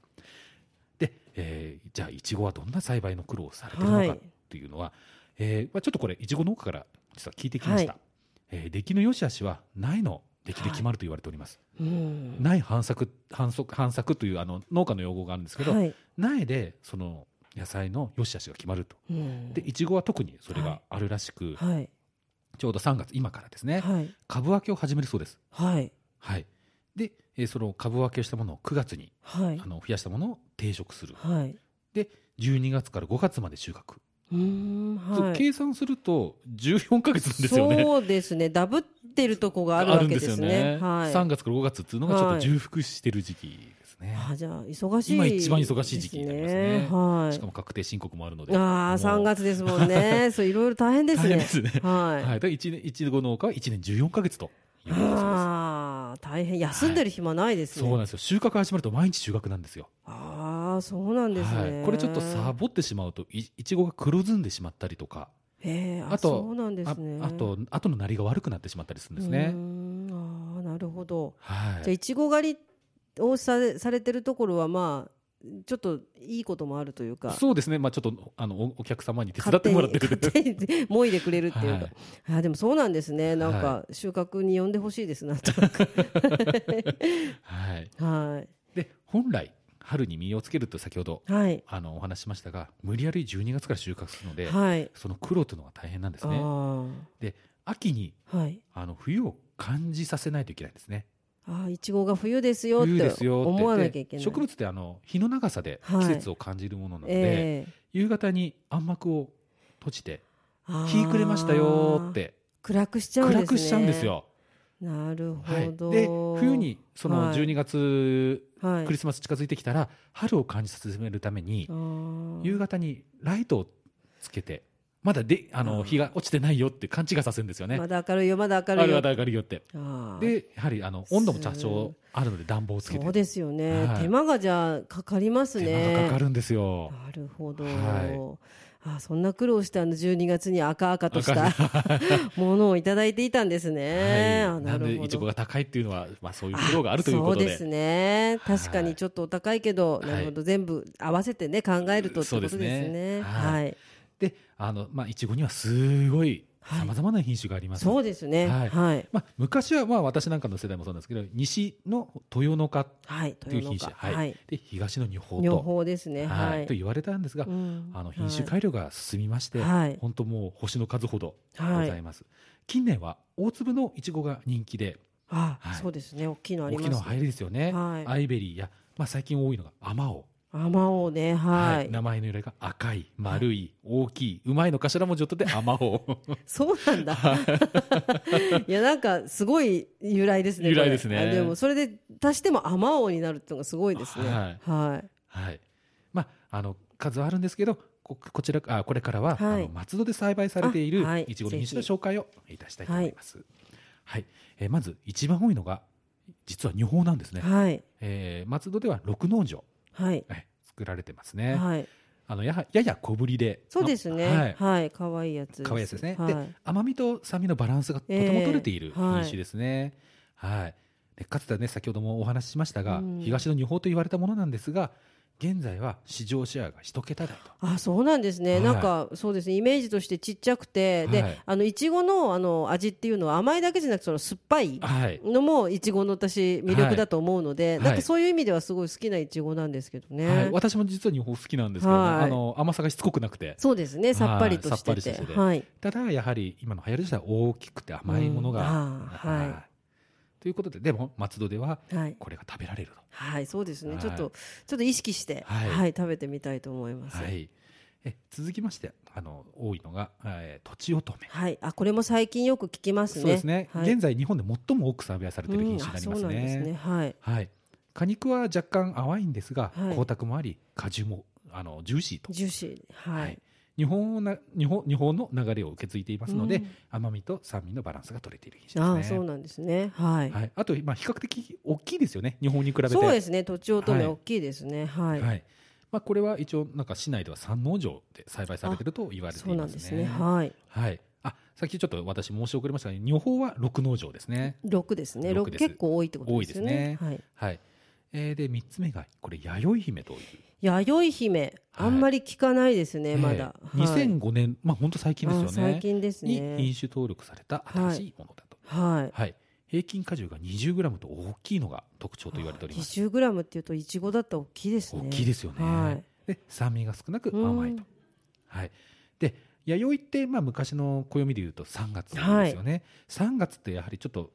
Speaker 2: でえーじゃあいちごはどんな栽培の苦労をされてるの
Speaker 1: はい
Speaker 2: かっていうのは、えーまあ、ちょっとこれいちご農家から実は聞いてきました、
Speaker 1: は
Speaker 2: えー出来の良し悪しは苗の出来で決まると言われております、
Speaker 1: うん。
Speaker 2: 苗反作反則反作というあの農家の用語があるんですけど、
Speaker 1: はい。
Speaker 2: 苗でその野菜の良し悪しが決まると
Speaker 1: うん
Speaker 2: でいちごは特にそれがあるらしく、
Speaker 1: はい。
Speaker 2: ちょうど3月今からですね、
Speaker 1: はい。
Speaker 2: 株分けを始めるそうです。
Speaker 1: はい。
Speaker 2: はい。で、えーその株分けをしたものを9月に、
Speaker 1: はい
Speaker 2: あ。の増やしたものを定食する。
Speaker 1: はい。
Speaker 2: 12月から5月まで収穫。
Speaker 1: うーん。
Speaker 2: そう
Speaker 1: はい。
Speaker 2: 計算すると14ヶ月なんですよね。
Speaker 1: そうですね。ダブってるとこがあるわけですね。はい。
Speaker 2: 3月から5月っていうのがちょっと重複してる時期ですね。
Speaker 1: あじゃあ忙しい、
Speaker 2: 今一番忙しい時期になりますね
Speaker 1: ですは
Speaker 2: しか
Speaker 1: い。
Speaker 2: も確定申告もあるので。
Speaker 1: ああ三
Speaker 2: もう
Speaker 1: 月ですもん ね。そういろいろ大変です
Speaker 2: 大変
Speaker 1: ね
Speaker 2: で。すね。
Speaker 1: は。
Speaker 2: はいい。だから一年、いちご農家は1年14ヶ月ということだそうです。
Speaker 1: ああ大変休んでる暇ないです
Speaker 2: そう
Speaker 1: ね。
Speaker 2: なんですよ。収穫始まると毎日収穫なんですよ。
Speaker 1: ああそうなんですね。
Speaker 2: はい、これちょっとサボってしまうといいちごが黒ずんでしまったりとか、
Speaker 1: ええあ
Speaker 2: あと
Speaker 1: そうなんです
Speaker 2: あ
Speaker 1: ね。
Speaker 2: あと後のなりが悪くなってしまったりするんです
Speaker 1: うー
Speaker 2: ね。
Speaker 1: んああなるほど。
Speaker 2: は
Speaker 1: じゃあ
Speaker 2: い、
Speaker 1: いちご狩りをされされてるところはまあちょっといいこともあるというか。
Speaker 2: そうですね、まあ、ちょっとあのおお客様に手伝
Speaker 1: 勝
Speaker 2: って
Speaker 1: 手
Speaker 2: も
Speaker 1: に
Speaker 2: らってる
Speaker 1: 勝手に もいでくれるっていうか、
Speaker 2: はい
Speaker 1: あでもそうなんですねなんか収穫に呼んでほしいですなんとなく
Speaker 2: はい、
Speaker 1: はい
Speaker 2: で本来春に実をつけると先ほど
Speaker 1: はい。
Speaker 2: あのお話ししましたが無理やり12月から収穫するので、
Speaker 1: はい。
Speaker 2: その苦労というのが大変なんです
Speaker 1: あ
Speaker 2: ね
Speaker 1: あ。
Speaker 2: 秋に
Speaker 1: はい。
Speaker 2: あの冬を感じさせないといけないんですね
Speaker 1: ああ、いちごが冬ですよっ
Speaker 2: 冬です
Speaker 1: て
Speaker 2: よって
Speaker 1: 思わなきゃ
Speaker 2: で
Speaker 1: いけない。
Speaker 2: 植物ってあの日の長さで
Speaker 1: はい
Speaker 2: 季節を感じるものなので、
Speaker 1: ええ
Speaker 2: 夕方に暗幕を閉じて
Speaker 1: ああ
Speaker 2: 日暮れましたよーっ。て
Speaker 1: 暗くしちゃうんですね。
Speaker 2: 暗くしちゃうんです。よ。
Speaker 1: なる
Speaker 2: はい、
Speaker 1: ほど。
Speaker 2: で冬。にその
Speaker 1: はい
Speaker 2: 12月、
Speaker 1: はい。
Speaker 2: クリスマス近づいてきたら春を感じさせるために
Speaker 1: ああ
Speaker 2: 夕方にライトをつけてまだであ
Speaker 1: あー
Speaker 2: の日が落ちてないよって勘違いさせるんですよね。
Speaker 1: まだ明るいよ、まだ明
Speaker 2: あ
Speaker 1: るい
Speaker 2: る
Speaker 1: よ。
Speaker 2: まだ上がるよって。
Speaker 1: ああ
Speaker 2: でやはりあの温度も多少あるので暖房をつけて
Speaker 1: そうですよね、
Speaker 2: はい
Speaker 1: 手間がじゃあかかりますね。
Speaker 2: 手間がかかるんですよ。
Speaker 1: なるほど。
Speaker 2: は
Speaker 1: あそんな苦労してあの12月に赤々とし
Speaker 2: 赤
Speaker 1: た ものをいただいていたんですね。
Speaker 2: はい、
Speaker 1: あ
Speaker 2: な
Speaker 1: る
Speaker 2: の
Speaker 1: ほ
Speaker 2: で
Speaker 1: ど
Speaker 2: いちごが高いっていうのは、まあ、そういう苦労があるということ
Speaker 1: そうですね。
Speaker 2: はい
Speaker 1: 確かにちょっとお高いけど、
Speaker 2: はい
Speaker 1: なるほど。全部合わせてね、考えるとってことです
Speaker 2: そう
Speaker 1: ね。
Speaker 2: ですね
Speaker 1: は。
Speaker 2: はいであの、まあ、いちごにはすごい
Speaker 1: はい
Speaker 2: さまざまな品種があります、
Speaker 1: そうですね。は。
Speaker 2: はいい
Speaker 1: はい。
Speaker 2: まあ、昔はまあ私なんかの世代もそうなんですけど西の豊の花という
Speaker 1: 豊
Speaker 2: 品
Speaker 1: 農
Speaker 2: 種、
Speaker 1: 家はい。
Speaker 2: で東の女宝
Speaker 1: 女
Speaker 2: と,、
Speaker 1: 法ですね。は
Speaker 2: はい
Speaker 1: い
Speaker 2: と。言われたんですが、
Speaker 1: うん
Speaker 2: あの品種改良が進みまして、
Speaker 1: はい
Speaker 2: 本当もう星の数ほどご
Speaker 1: は
Speaker 2: ざ
Speaker 1: い
Speaker 2: います、近年は大粒のいちごが人気で
Speaker 1: あ
Speaker 2: はい
Speaker 1: そうですね。大きいのあ
Speaker 2: 大
Speaker 1: り
Speaker 2: き
Speaker 1: ま
Speaker 2: な。
Speaker 1: す
Speaker 2: 入りですよね、
Speaker 1: はい
Speaker 2: アイベリーや、まあ、最近多いのがアマオ
Speaker 1: あまおうね。は
Speaker 2: はい、
Speaker 1: い。
Speaker 2: 名前の由来が赤い、丸い、大きい、うまいの頭文字を取って、あまおう。
Speaker 1: そうなんだ。いや、なんか、すごい由来ですね。
Speaker 2: 由来ですね
Speaker 1: これあでも、それで足してもあまおうになるっていうのがすごいですね。
Speaker 2: はい
Speaker 1: はい。
Speaker 2: はい。まあ、あの、数はあるんですけど、ここちら、あ、これからは、
Speaker 1: はい
Speaker 2: あの松戸で栽培されている
Speaker 1: あはい
Speaker 2: いちごの品種の紹介をいたしたいと思います。はい、えーまず一番多いのが、実は女宝なんですね。
Speaker 1: はい。
Speaker 2: えー松戸では六農場、
Speaker 1: はい。
Speaker 2: はい作られてますね。
Speaker 1: はい。
Speaker 2: あのやはやや小ぶりで、
Speaker 1: そうですね。
Speaker 2: あ
Speaker 1: は
Speaker 2: はいい。
Speaker 1: 可、愛、い、やつ。
Speaker 2: 可愛いやつですね。
Speaker 1: はい。
Speaker 2: で甘みと酸味のバランスがとても取れている
Speaker 1: ええはい
Speaker 2: 品種ですね。はい、でかつてはね先ほどもお話ししましたが、
Speaker 1: うん
Speaker 2: 東の女宝と言われたものなんですが現在は市場シェアが一桁台と。
Speaker 1: あ、そうなんですね。
Speaker 2: はい
Speaker 1: なんか、そうですね。イメージとしてちっちゃくて、
Speaker 2: は
Speaker 1: で
Speaker 2: い、
Speaker 1: あの、いちごの、あの、味っていうのは甘いだけじゃなく、その酸っぱい。
Speaker 2: はい、
Speaker 1: のもいちごの私魅力だと思うので、
Speaker 2: い
Speaker 1: なんかそういう意味ではすごい好きないちごなんですけどね、
Speaker 2: はい、私も実は女宝好きなんですけどね、
Speaker 1: はい
Speaker 2: あの甘さがしつこくなくて
Speaker 1: そうですねさっぱりとして
Speaker 2: はいさ
Speaker 1: て
Speaker 2: っぱりしてて
Speaker 1: はい
Speaker 2: ただやはり今の流行りとしては大きくて甘いものが、
Speaker 1: うんあーはい
Speaker 2: い、ということででも松戸では
Speaker 1: はい、
Speaker 2: これが食べられると。
Speaker 1: はい、そうですね、
Speaker 2: はい
Speaker 1: ちょっとちょっと意識して、は
Speaker 2: はいい
Speaker 1: 食べてみたいと思います。
Speaker 2: は
Speaker 1: はい、
Speaker 2: い、え続きましてあの多いのが、えー、とちおとめ。
Speaker 1: あこれも最近よく聞きますね。
Speaker 2: そうですね、
Speaker 1: はい、
Speaker 2: 現在日本で最も多く栽培されている品種になり
Speaker 1: うんあ
Speaker 2: ま
Speaker 1: そう
Speaker 2: す
Speaker 1: なんです
Speaker 2: ね。
Speaker 1: ね。はい。
Speaker 2: はい、果肉は若干淡いんですが、
Speaker 1: はい
Speaker 2: 光沢もあり果汁もあのジューシーと、
Speaker 1: ジューシー。はい。
Speaker 2: はい日本をな日本日本の流れを受け継いでいますので、
Speaker 1: うん
Speaker 2: 甘みと酸味のバランスが取れている品種
Speaker 1: あ
Speaker 2: で
Speaker 1: あ、
Speaker 2: す
Speaker 1: そう
Speaker 2: ね。
Speaker 1: なんですね。はい。
Speaker 2: はい、あと、まあ、比較的大きいですよね、日本に比べて。
Speaker 1: そうですね。土地乙女
Speaker 2: はい
Speaker 1: 大きいですね。はい。
Speaker 2: はいまあ、これは一応、なんか市内では三農場で栽培されていると言われています
Speaker 1: そ
Speaker 2: ね。
Speaker 1: うなんですね。はい。
Speaker 2: はい、あさっきちょっと私、申し遅れましたが、女法は六農場ですね。
Speaker 1: 六ですね。六
Speaker 2: 六です
Speaker 1: 結構多いってことですよね。はい。
Speaker 2: はいえー、で三つ目が、これ、弥生姫という、
Speaker 1: 弥生姫、
Speaker 2: はい
Speaker 1: あんまり聞かないですね。
Speaker 2: えー
Speaker 1: まだ。はい
Speaker 2: 2005年、まあ、本当最近ですよ
Speaker 1: あ
Speaker 2: ね。
Speaker 1: 最近です
Speaker 2: に
Speaker 1: ね。
Speaker 2: 品種登録された新しいものだと、
Speaker 1: はい。
Speaker 2: はい平均果汁が 20g と大きいのが特徴と言われております
Speaker 1: 20グラムっていうといちごだったら大きいですね。
Speaker 2: 大きいですよね、
Speaker 1: は
Speaker 2: で酸味が少なく甘いと、はい、で弥生ってまあ昔の暦でいうと3月なんですよね、3月ってやはりちょっと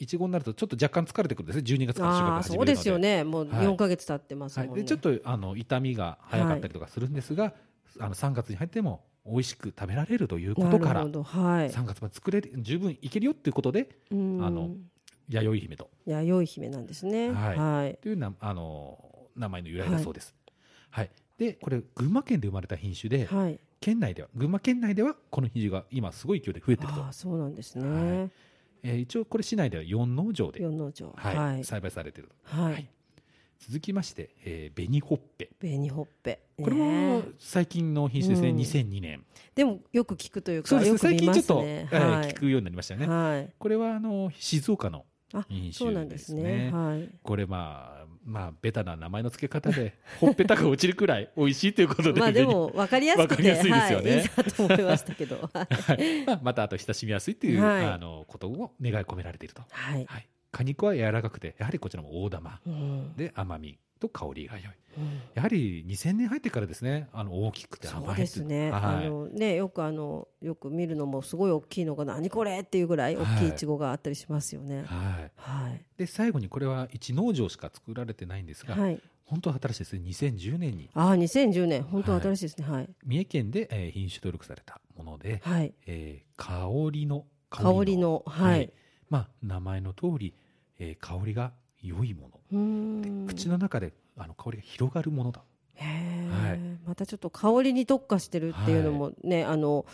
Speaker 2: いちごになるとちょっと若干疲れてくるんですね12月から収穫
Speaker 1: ああ、
Speaker 2: が始める
Speaker 1: そ
Speaker 2: の
Speaker 1: う
Speaker 2: で
Speaker 1: ですよね。もう
Speaker 2: はい
Speaker 1: 4ヶ月経ってます
Speaker 2: は
Speaker 1: もん
Speaker 2: い、
Speaker 1: ね。
Speaker 2: でちょっとあの痛みが早かったりとかするんですが、あの3月に入っても美味しく食べられるということか
Speaker 1: なる
Speaker 2: ら
Speaker 1: ほど。はい。
Speaker 2: 3月まで作れる十分いけるよっていうことで
Speaker 1: あの
Speaker 2: の、弥生姫と
Speaker 1: 弥生姫なんですね。
Speaker 2: はい
Speaker 1: はい。
Speaker 2: というなあの名前の由来だそうです。はいでこれ群馬県で生まれた品種で、
Speaker 1: はい。
Speaker 2: 県内では群馬県内ではこの品種が今すごい勢いで増えてると
Speaker 1: ああ、、そうなんです
Speaker 2: は
Speaker 1: ね。
Speaker 2: えー一応これ市内では4農場で、
Speaker 1: 四の城。
Speaker 2: はい
Speaker 1: はい。
Speaker 2: 栽培されてると
Speaker 1: は
Speaker 2: はいい。続きまして、えー、紅ほっぺ
Speaker 1: 紅ほっぺ。
Speaker 2: これ
Speaker 1: ね
Speaker 2: も最近の品種ですね、
Speaker 1: うん
Speaker 2: 2002年
Speaker 1: でもよく聞くという
Speaker 2: そう
Speaker 1: か、
Speaker 2: です
Speaker 1: よ
Speaker 2: ね
Speaker 1: く
Speaker 2: 最
Speaker 1: 見
Speaker 2: 近
Speaker 1: ま
Speaker 2: ちょっ
Speaker 1: す
Speaker 2: と、
Speaker 1: ね。
Speaker 2: えー
Speaker 1: は
Speaker 2: 聞くようになりましたよ
Speaker 1: い。
Speaker 2: ね、
Speaker 1: はい。
Speaker 2: これはあの静岡の
Speaker 1: あ
Speaker 2: 品種、ですね
Speaker 1: そうなんですね。はい。
Speaker 2: これまあまあベタな名前の付け方で ほっぺたが落ちるくらい美味しいということで
Speaker 1: まあでも分かりやすく
Speaker 2: わかり
Speaker 1: て、
Speaker 2: やすいですよね
Speaker 1: はい、いいなと思いましたけど。
Speaker 2: はいまあまたあと親しみやすいという、
Speaker 1: はい
Speaker 2: あのことを願い込められていると、
Speaker 1: はい。
Speaker 2: はい、果肉は柔らかくてやはりこちらも大玉
Speaker 1: うん
Speaker 2: で甘みと香りが良い
Speaker 1: うん
Speaker 2: やはり2000年入ってからですねあの大きくて
Speaker 1: そう
Speaker 2: 甘いっ
Speaker 1: で
Speaker 2: てい
Speaker 1: す
Speaker 2: う
Speaker 1: ね。あ
Speaker 2: はい
Speaker 1: のねよくあのよく見るのもすごい大きいのが何これっていうぐらい大きいイチゴがあったりしますよね。
Speaker 2: はい、
Speaker 1: はい
Speaker 2: で最後にこれは一農場しか作られてないんですが、
Speaker 1: はい。
Speaker 2: 本当は新しいですね2010年に
Speaker 1: ああ2010年本当新しいですね。はい
Speaker 2: 三重県で、えー品種登録されたもので、
Speaker 1: はい
Speaker 2: えー香りの
Speaker 1: 香りのは
Speaker 2: はいい。まあ、名前の通り、えー香りが良いもの、
Speaker 1: うーん
Speaker 2: 口の中であの香りが広がるものだ
Speaker 1: へえ、
Speaker 2: はい
Speaker 1: またちょっと香りに特化してるっていうのもね、あの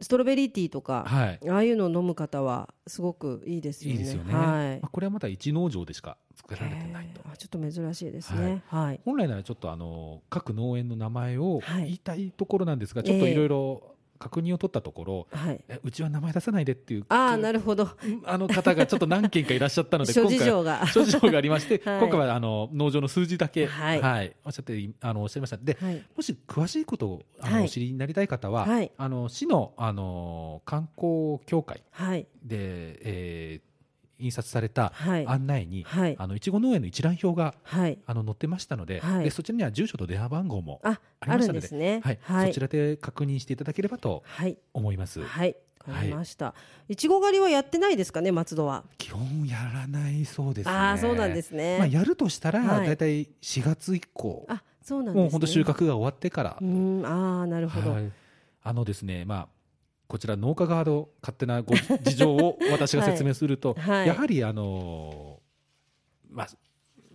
Speaker 1: ストロベリーティーとか、
Speaker 2: はい
Speaker 1: ああいうのを飲む方はすごくいいですよ
Speaker 2: いい
Speaker 1: ね。
Speaker 2: ですよね、
Speaker 1: はい
Speaker 2: まあ、これはまだ一農場でしか作られてないと
Speaker 1: へえあちょっと珍しいですね。はい。
Speaker 2: 本来ならちょっとあの各農園の名前を
Speaker 1: はい
Speaker 2: 言いたいところなんですが、
Speaker 1: ええ
Speaker 2: ちょっといろいろ確認を取ったところ、
Speaker 1: はい。
Speaker 2: えうちは名前出さないでっていう
Speaker 1: ああ、なるほど。
Speaker 2: あの方がちょっと何件かいらっしゃったので
Speaker 1: 諸事情が。、
Speaker 2: 諸事情がありまして
Speaker 1: はい
Speaker 2: 今回はあの農場の数字だけ、
Speaker 1: はい
Speaker 2: おっしゃってあのおっしゃいました。で、
Speaker 1: はい。
Speaker 2: もし詳しいことをあの、
Speaker 1: はい
Speaker 2: お知りになりたい方は、
Speaker 1: はい
Speaker 2: あの市のあの観光協会
Speaker 1: はい。
Speaker 2: で、えー印刷された
Speaker 1: はい。
Speaker 2: 案内に、
Speaker 1: はい。
Speaker 2: あのいちご農園の一覧表が
Speaker 1: はい。
Speaker 2: あの載ってましたので,、
Speaker 1: はい
Speaker 2: で、そちらには住所と電話番号も、
Speaker 1: あ、
Speaker 2: あり
Speaker 1: あ
Speaker 2: ました
Speaker 1: るん
Speaker 2: ので
Speaker 1: ですね。
Speaker 2: はいそちらで確認していただければと
Speaker 1: はい。
Speaker 2: 思います。
Speaker 1: はい。わかりました。いちご狩りはやってないですかね、松戸は。
Speaker 2: 基本やらないそうですね。。
Speaker 1: ああ、そうなんですすね。
Speaker 2: まあ、やるとしたら、
Speaker 1: はい
Speaker 2: だいたい4月以降、
Speaker 1: あ、そうなんですね。
Speaker 2: もう本当収穫が終わってから
Speaker 1: う、ーん、ああ、なるほど。
Speaker 2: は
Speaker 1: はい。
Speaker 2: い、あのですね、まあ、こちら農家側の勝手なご事情を私が説明すると、
Speaker 1: はい
Speaker 2: やはり、あのーまあ、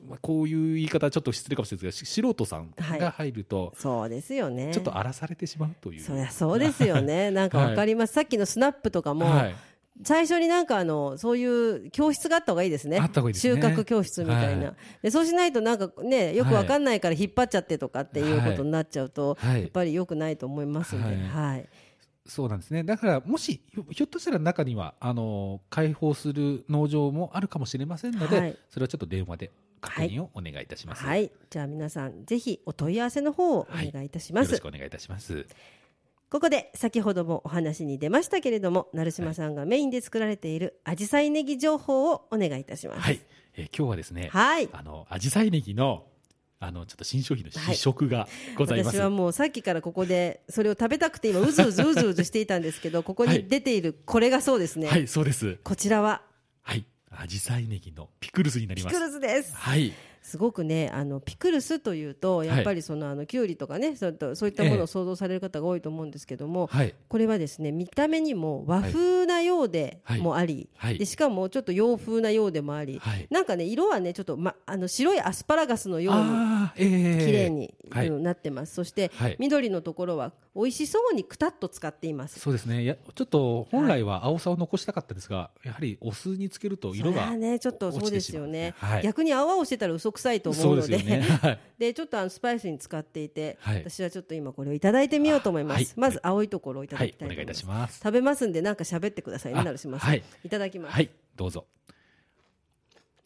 Speaker 2: まあこういう言い方はちょっと失礼かもしれないですがし素人さんが入ると、
Speaker 1: そうですよね。
Speaker 2: ちょっと荒らされてしまうという。
Speaker 1: そりゃそうですよ ね。なんかわかります。さっきのスナップとかも、
Speaker 2: はい、
Speaker 1: 最初になんかあの、そういう教室があった方がいいですね。
Speaker 2: あった方がいいですね
Speaker 1: 収穫教室みたいな。
Speaker 2: は
Speaker 1: で、そうしないとなんかね、よくわかんないから引っ張っちゃってとかっていうことになっちゃうと、
Speaker 2: はい
Speaker 1: やっぱり良くないと思いますんで、は。
Speaker 2: はいいそうなんですね。だから、もし、ひょひょっとしたら中には、あのー、開放する農場もあるかもしれませんので、
Speaker 1: はい
Speaker 2: それはちょっと電話で確認をお願いいたします。
Speaker 1: はい。じゃあ皆さん、ぜひお問い合わせの方をお願いいたし
Speaker 2: よ
Speaker 1: ま
Speaker 2: ろ
Speaker 1: す。
Speaker 2: しくお願いいたします。
Speaker 1: ここで先ほどもお話に出ましたけれども、成島さんがメインで作られているアジサイネギ情報をお願いいたします。
Speaker 2: はい。えー今日はですね、
Speaker 1: はい。
Speaker 2: あの、紫陽花ネギの、あの、ちょっと新商品の試食がございます。
Speaker 1: 私はもうさっきからここでそれを食べた くて今うずうずうずうずしていたんですけどここに出ているこれがそうですね、
Speaker 2: はい、そうです。
Speaker 1: こちらは
Speaker 2: はい。紫陽花ネギのピクルスになり
Speaker 1: ピ
Speaker 2: ま
Speaker 1: ク
Speaker 2: す。
Speaker 1: ルスです。
Speaker 2: はい。
Speaker 1: すごくね、あのピクルスというと、やっぱりその、あのきゅうりとかね、そういったそういったもの
Speaker 2: え
Speaker 1: を
Speaker 2: え
Speaker 1: 想像される方が多いと思うんですけども。
Speaker 2: はい。
Speaker 1: これはですね、見た目にも和風なようで
Speaker 2: はい
Speaker 1: もあり、
Speaker 2: はい
Speaker 1: でしかもちょっと洋風なようでもあり、
Speaker 2: はい。
Speaker 1: なんかね色はねちょっとまあの白いアスパラガスのように
Speaker 2: ああ、ええ
Speaker 1: 綺麗に、
Speaker 2: はい
Speaker 1: うんなってます。そして、
Speaker 2: はい。
Speaker 1: 緑のところは美味しそうにくたっと使っています。
Speaker 2: そうですね。いや、ちょっと本来は青さを残したかったですが、やはりお酢につけると色
Speaker 1: それ
Speaker 2: が
Speaker 1: はねちょっと
Speaker 2: 落
Speaker 1: そう
Speaker 2: ち
Speaker 1: で
Speaker 2: て
Speaker 1: す
Speaker 2: し
Speaker 1: よ
Speaker 2: まう
Speaker 1: ね。
Speaker 2: はい。
Speaker 1: 逆に青々してたら嘘くさいと思
Speaker 2: そううで
Speaker 1: の
Speaker 2: す
Speaker 1: で
Speaker 2: よね。はい。
Speaker 1: でちょっとあのスパイスに使っていて、
Speaker 2: はい
Speaker 1: 私はちょっと今これをいただいてみようと思います、
Speaker 2: はい
Speaker 1: まず青いところを いた
Speaker 2: は
Speaker 1: だき
Speaker 2: い。
Speaker 1: た
Speaker 2: お
Speaker 1: いと
Speaker 2: 願いい
Speaker 1: 思いま
Speaker 2: た
Speaker 1: す、
Speaker 2: します。
Speaker 1: 食べますんでなんか喋ってくださいね
Speaker 2: あ
Speaker 1: なるします、、
Speaker 2: はいい。
Speaker 1: ただきます、
Speaker 2: はい。どうぞ。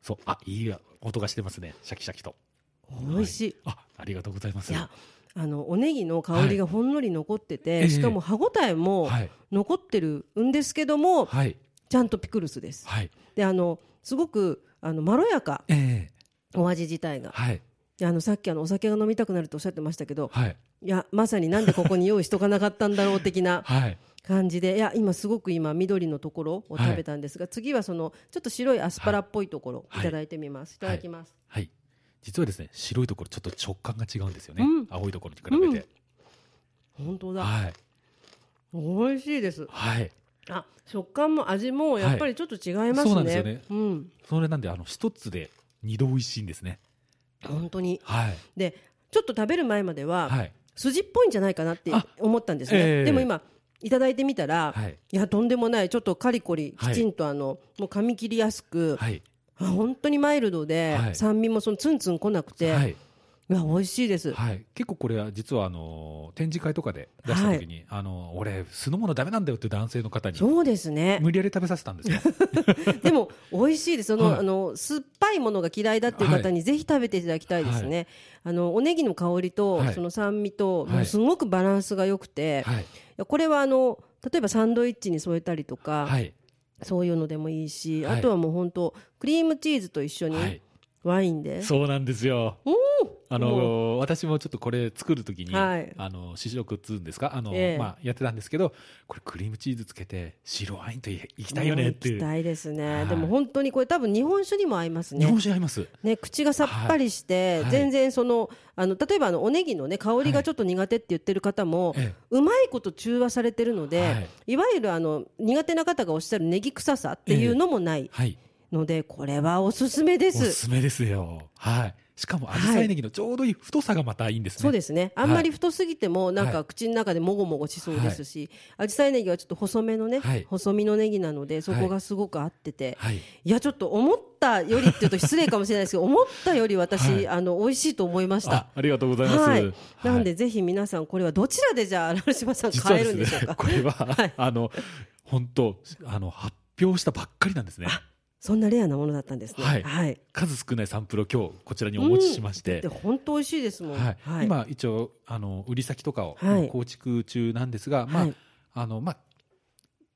Speaker 2: そう、あ、いい音がしてますね。シャキシャキと。
Speaker 1: 美味しい、
Speaker 2: あ、ありがとうございます。
Speaker 1: いやあのおネギの香りがほんのり残ってて、
Speaker 2: はい
Speaker 1: しかも歯ごたえも
Speaker 2: はい。
Speaker 1: 残ってるんですけども、
Speaker 2: はい。
Speaker 1: ちゃんとピクルスです
Speaker 2: はい。
Speaker 1: であのすごくあのまろやか
Speaker 2: ええ
Speaker 1: お味自体が
Speaker 2: はい。
Speaker 1: であのさっきあのお酒が飲みたくなるとおっしゃってましたけど
Speaker 2: はい。
Speaker 1: いやまさになんでここに用意しとかなかったんだろう的な
Speaker 2: はい。
Speaker 1: 感じでいや今すごく今緑のところを食べたんですが、次はそのちょっと白いアスパラっぽいところ
Speaker 2: はい
Speaker 1: いただいてみます、
Speaker 2: はい
Speaker 1: い、ただきます、
Speaker 2: はい。実はですね、白いところ、ちょっと直感が違うんですよね。
Speaker 1: うん
Speaker 2: 青いところに比べて。
Speaker 1: 本当だ
Speaker 2: はい。
Speaker 1: 美味しいです
Speaker 2: はい。
Speaker 1: あ食感も味もやっぱりちょっと違いますね、
Speaker 2: はいそうなんですよね
Speaker 1: うん
Speaker 2: それなんで、あの、一つで二度美味しいんですね。
Speaker 1: 本当に
Speaker 2: はい。
Speaker 1: でちょっと食べる前までは、
Speaker 2: はい。
Speaker 1: 筋っぽいんじゃないかなって
Speaker 2: あ
Speaker 1: 思ったんですね、
Speaker 2: ええ
Speaker 1: でも今いただいてみたら、
Speaker 2: はい。
Speaker 1: いやとんでもないちょっとカリコリ
Speaker 2: は
Speaker 1: き
Speaker 2: い
Speaker 1: ちんとあの、もう噛み切りやすく、
Speaker 2: はい。
Speaker 1: あ本当にマイルドで、
Speaker 2: はい
Speaker 1: 酸味もそのツンツン来なくて、、
Speaker 2: はいい。
Speaker 1: や美味しいです、
Speaker 2: はい。結構これは、実は、あの、展示会とかで出した時に、あの、俺、酢の物ダメなんだよっていう男性の方に、
Speaker 1: そうですね
Speaker 2: 無理やり食べさせたんですよ。
Speaker 1: でも美味しいですその、
Speaker 2: はい
Speaker 1: あの酸っぱいものが嫌いだっていう方にぜひ食べていただきたいですね、あのおネギの香りと、
Speaker 2: はい
Speaker 1: その酸味と、
Speaker 2: はい
Speaker 1: もうすごくバランスが良くて、い
Speaker 2: はい。
Speaker 1: やこれはあの例えばサンドイッチに添えたりとか、
Speaker 2: はい。
Speaker 1: そういうのでもいいし、
Speaker 2: はい
Speaker 1: あとはもう本当クリームチーズと一緒に
Speaker 2: はい。
Speaker 1: ワインで、
Speaker 2: そうなんですよ。あの私もちょっとこれ作るときに、
Speaker 1: はい
Speaker 2: あの試食っつうんですかあの、
Speaker 1: ええ
Speaker 2: まあ、やってたんですけどこれクリームチーズつけて白ワインといいきたいよねってい
Speaker 1: 行
Speaker 2: う
Speaker 1: きたいですね、
Speaker 2: はい
Speaker 1: でも本当にこれ多分日本酒にも合います
Speaker 2: 日
Speaker 1: ね
Speaker 2: 本酒合います
Speaker 1: ね、口がさっぱりして、
Speaker 2: はい
Speaker 1: 全然そのあの例えばあのおネギの、ね、香りがちょっと苦手って言ってる方も、
Speaker 2: え
Speaker 1: うまいこと中和されてるので、、
Speaker 2: はい
Speaker 1: わゆるあの苦手な方がおっしゃるネギ臭さっていうのもない
Speaker 2: はい
Speaker 1: ので、これはおすすめで
Speaker 2: おす
Speaker 1: す。
Speaker 2: すめですよはいしかもアジサイネギのちょうどいい太さがまたいいんですね
Speaker 1: そうですねあんまり
Speaker 2: は
Speaker 1: 太すぎてもなんか口の中でもごもごしそうですし、紫陽花ネギはちょっと細めのね、
Speaker 2: はい
Speaker 1: 細身のネギなのでそこがすごく合ってて、
Speaker 2: はい
Speaker 1: い、やちょっと思ったよりっていうと失礼かもしれないですけど思ったより私、
Speaker 2: はい
Speaker 1: あの美味しいと思いました
Speaker 2: あ。ありがとうございます、
Speaker 1: はい、なん
Speaker 2: はい
Speaker 1: でぜひ皆さんこれはどちらでじゃあラルシマさん
Speaker 2: 実は
Speaker 1: 買え
Speaker 2: で
Speaker 1: るんでしょ
Speaker 2: すね
Speaker 1: うか。
Speaker 2: これは、
Speaker 1: はい
Speaker 2: あの本当あの発表したばっかりなんですね
Speaker 1: そんなレアなものだったんですね。は。
Speaker 2: はいい数少ないサンプルを今日こちらにお持ちしまして、
Speaker 1: で本当美味しいですもん。
Speaker 2: はい今一応あの売り先とかを
Speaker 1: はい
Speaker 2: 構築中なんですが、
Speaker 1: はい
Speaker 2: まああのまあ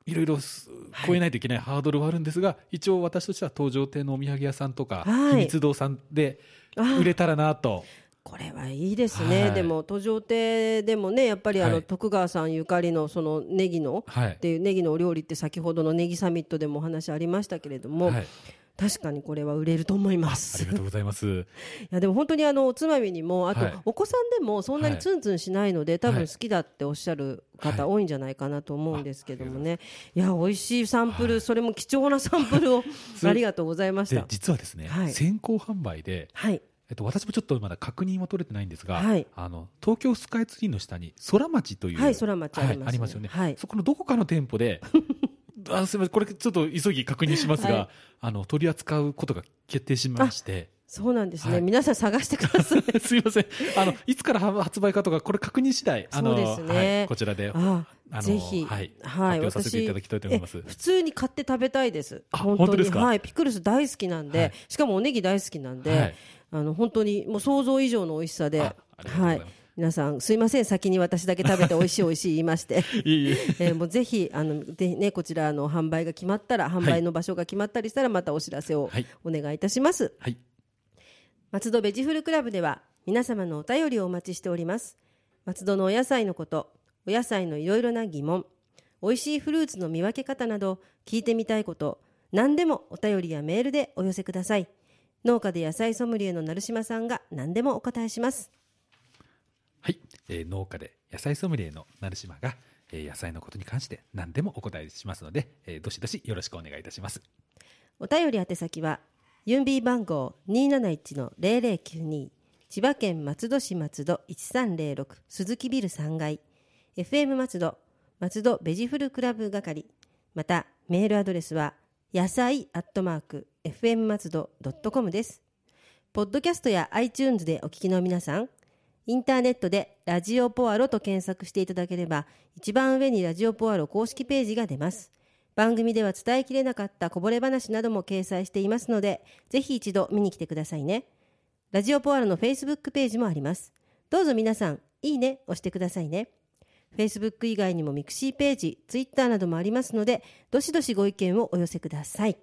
Speaker 2: いろいろす超えないといけないハードルはあるんですが、一応私としては東上亭のお土産屋さんとか、
Speaker 1: はい
Speaker 2: 秘密堂さんで
Speaker 1: あー
Speaker 2: 売れたらなと、
Speaker 1: これはいいですね。
Speaker 2: はい
Speaker 1: でも途上亭でもねやっぱりあの、
Speaker 2: はい
Speaker 1: 徳川さんゆかりのそのネギの
Speaker 2: はい
Speaker 1: っていうネギのお料理って先ほどのネギサミットでもお話ありましたけれども、
Speaker 2: はい、
Speaker 1: 確かにこれは売れると思いま
Speaker 2: あ
Speaker 1: す。
Speaker 2: りがとうございます。
Speaker 1: いやでも本当にあのおつまみにもあと
Speaker 2: はい
Speaker 1: お子さんでもそんなに
Speaker 2: はい
Speaker 1: ツンツンしないので、多
Speaker 2: は
Speaker 1: 分
Speaker 2: い
Speaker 1: 好きだっておっしゃる方
Speaker 2: は
Speaker 1: 多いんじゃないかなと思うんですけどもね、い、や美味しいサンプル、
Speaker 2: はい
Speaker 1: それも貴重なサンプルを
Speaker 2: す
Speaker 1: ありがとうございまし
Speaker 2: で
Speaker 1: た
Speaker 2: 実は ですね、
Speaker 1: はい
Speaker 2: 先行販売で、
Speaker 1: はい
Speaker 2: えっと、私もちょっとまだ確認は取れてないんですが、
Speaker 1: はい
Speaker 2: あの東京スカイツリーの下に空町という、
Speaker 1: はい空町ありますね
Speaker 2: はいありますよね、
Speaker 1: はい
Speaker 2: そこのどこかの店舗で あすみませんこれちょっと急ぎ確認しますが、
Speaker 1: はい
Speaker 2: あの取り扱うことが決定しまして
Speaker 1: そうなんですね、
Speaker 2: はい
Speaker 1: 皆さん探してください
Speaker 2: すいませんあのいつから発売かとかこれ確認次第あの
Speaker 1: そうですね
Speaker 2: はいこちらで
Speaker 1: あ
Speaker 2: あの
Speaker 1: ぜひ
Speaker 2: はい
Speaker 1: は
Speaker 2: 発
Speaker 1: い
Speaker 2: 表させていただきたいと思います
Speaker 1: 私え普通に買って食べたいです
Speaker 2: あ
Speaker 1: 本当
Speaker 2: 本
Speaker 1: に
Speaker 2: 当ですか
Speaker 1: はいピクルス大好きなんで、
Speaker 2: はい
Speaker 1: しかもおネギ大好きなんで、
Speaker 2: はい
Speaker 1: あの本当にもう想像以上の美味しさで
Speaker 2: あありがとうございます
Speaker 1: 皆さんすいません先に私だけ食べて美味しい美味しい言い まして。
Speaker 2: いえい え
Speaker 1: えーもうぜひあのぜひねこちらあの販売が決まったら販売の場所が決まったりしたらまたお知らせを
Speaker 2: はい
Speaker 1: お願いいたします、
Speaker 2: はい
Speaker 1: 松戸ベジフルクラブでは皆様のお便りをお待ちしております松戸のお野菜のことお野菜のいろいろな疑問美味しいフルーツの見分け方など聞いてみたいこと何でもお便りやメールでお寄せください農家で野菜ソムリエの成島さんが何でもお答えします
Speaker 2: はい、えー農家で野菜ソムリエの成島が、えー野菜のことに関して何でもお答えしますので、えーどしどしよろしくお願いいたします。
Speaker 1: お便り宛先は郵便番号271-0092千葉県松戸市松戸1306鈴木ビル3階 FM 松戸松戸ベジフルクラブ係またメールアドレスは野菜アットマーク FM 松戸ドットコムですポッドキャストや iTunes でお聞きの皆さんインターネットでラジオポアロと検索していただければ一番上にラジオポアロ公式ページが出ます番組では伝えきれなかったこぼれ話なども掲載していますのでぜひ一度見に来てくださいねラジオポアロの Facebook ページもありますどうぞ皆さんいいね押してくださいね Facebook 以外にもミクシーページ Twitter などもありますのでどしどしご意見をお寄せください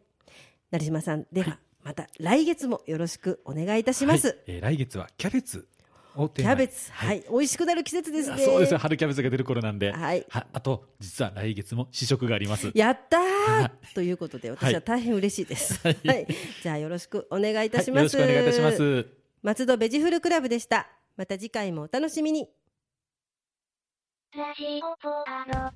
Speaker 1: 成島さんでは、また来月もよろしくお願いいたします、
Speaker 2: はいえー来月はキャベツをテ
Speaker 1: キ
Speaker 2: ーマ
Speaker 1: ャ
Speaker 2: に
Speaker 1: ベツ、はい、美味しくなる季節です
Speaker 2: あ
Speaker 1: ね。
Speaker 2: そうですよ春キャベツが出る頃なんで、
Speaker 1: はい
Speaker 2: はあと実は来月も試食があります。
Speaker 1: やったーということで、私は大変嬉しいです。はい、じゃあ、よろしくお願いいたし
Speaker 2: はい、よ
Speaker 1: ま
Speaker 2: ろ
Speaker 1: す。
Speaker 2: しくお願いいたしま。す。
Speaker 1: 松戸ベジフルクラブでした。また次回もお楽しみに。
Speaker 3: ラジオポアロ。